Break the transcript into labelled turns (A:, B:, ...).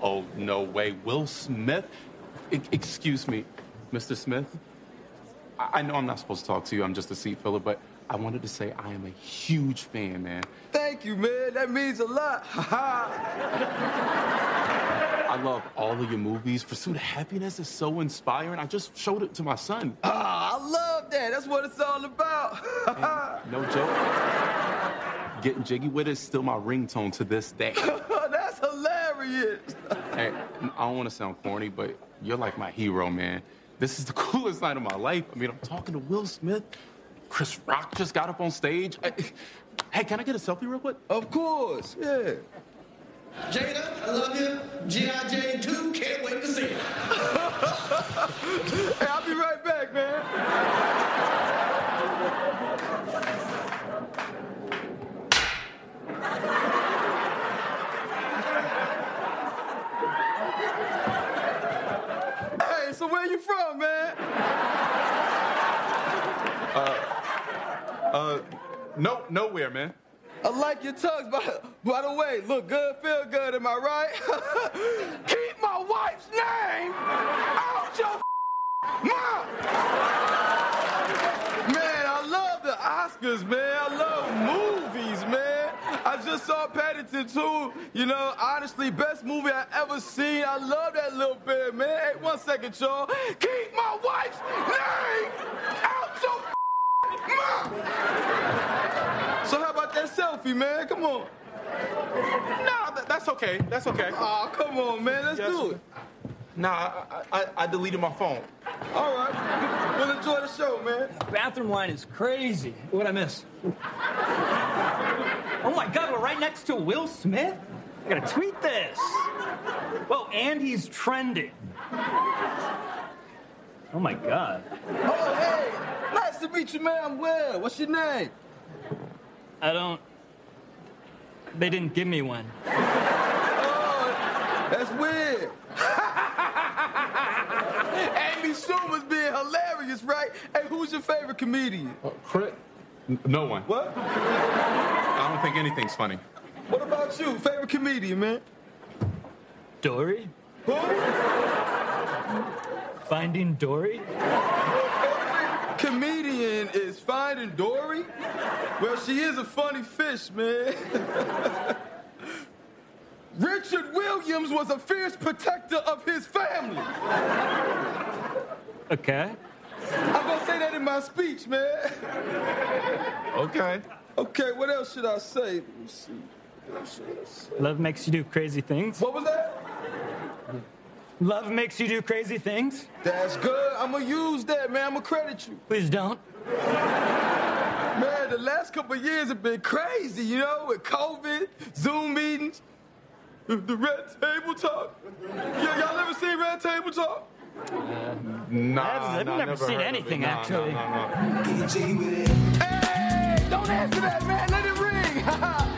A: Oh, no way. Will Smith? E- excuse me, Mr. Smith? I-, I know I'm not supposed to talk to you. I'm just a seat filler, but I wanted to say I am a huge fan, man.
B: Thank you, man. That means a lot. Ha ha.
A: I love all of your movies. Pursuit of Happiness is so inspiring. I just showed it to my son.
B: Ah, I love that. That's what it's all about. Ha ha.
A: No joke. Getting jiggy with it is still my ringtone to this day.
B: That's hilarious.
A: Hey, I don't want to sound corny, but you're like my hero, man. This is the coolest night of my life. I mean, I'm talking to Will Smith. Chris Rock just got up on stage. I- hey, can I get a selfie real quick?
B: Of course, yeah.
C: Jada, I love you. G.I. Jane 2, can't wait to see it.
B: Hey, I'll be right back, man. hey, so where you from, man?
A: No, nowhere, man.
B: I like your tugs, but by the way, look good, feel good, am I right? Keep my wife's name out your mouth! Man, I love the Oscars, man. I love movies, man. I just saw Paddington 2. You know, honestly, best movie I ever seen. I love that little bit, man. Hey, one second, y'all. Keep my wife's name out your mouth! So how about that selfie, man? Come on.
A: Nah, th- that's okay. That's okay.
B: Aw, Ah, come on, man. Let's
A: Yes.
B: do it.
A: Nah, I, I, I deleted my phone.
B: All right. We'll enjoy the show, man.
D: Bathroom line is crazy. What I miss? oh my God, we're right next to Will Smith. I gotta tweet this. Well, and he's trending. Oh my God.
B: Oh, hey. Nice to meet you, man. I'm Will. What's your name?
D: I don't. They didn't give me one.
B: Oh, That's weird. Amy
A: Uh,
B: Schumer's being hilarious, right? Hey, who's your favorite comedian?
A: Uh, Chris? N- No one.
B: What?
A: I don't think anything's funny.
B: What about you? Favorite comedian, man?
D: Dory?
B: Who?
D: Finding Dory?
B: Comedian is finding Dory? Well, she is a funny fish, man. Richard Williams was a fierce protector of his family.
D: Okay.
B: I'm gonna say that in my speech, man.
A: Okay.
B: Okay, what else should I say? Let me see. What else should I say?
D: Love makes you do crazy things.
B: What was that?
D: Love makes you do crazy things.
B: That's good. I'm gonna use that, man. I'm gonna credit you.
D: Please don't.
B: Man, the last couple of years have been crazy, you know, with COVID, Zoom meetings, the the Red Table Talk. Yeah, y'all ever seen Red Table Talk?
A: Nah,
D: I've- I've
A: nah,
D: never seen
A: heard of it.
D: anything,
A: Nah, nah,
D: actually.
A: nah, nah.
B: Hey, don't answer that, man. Let it ring.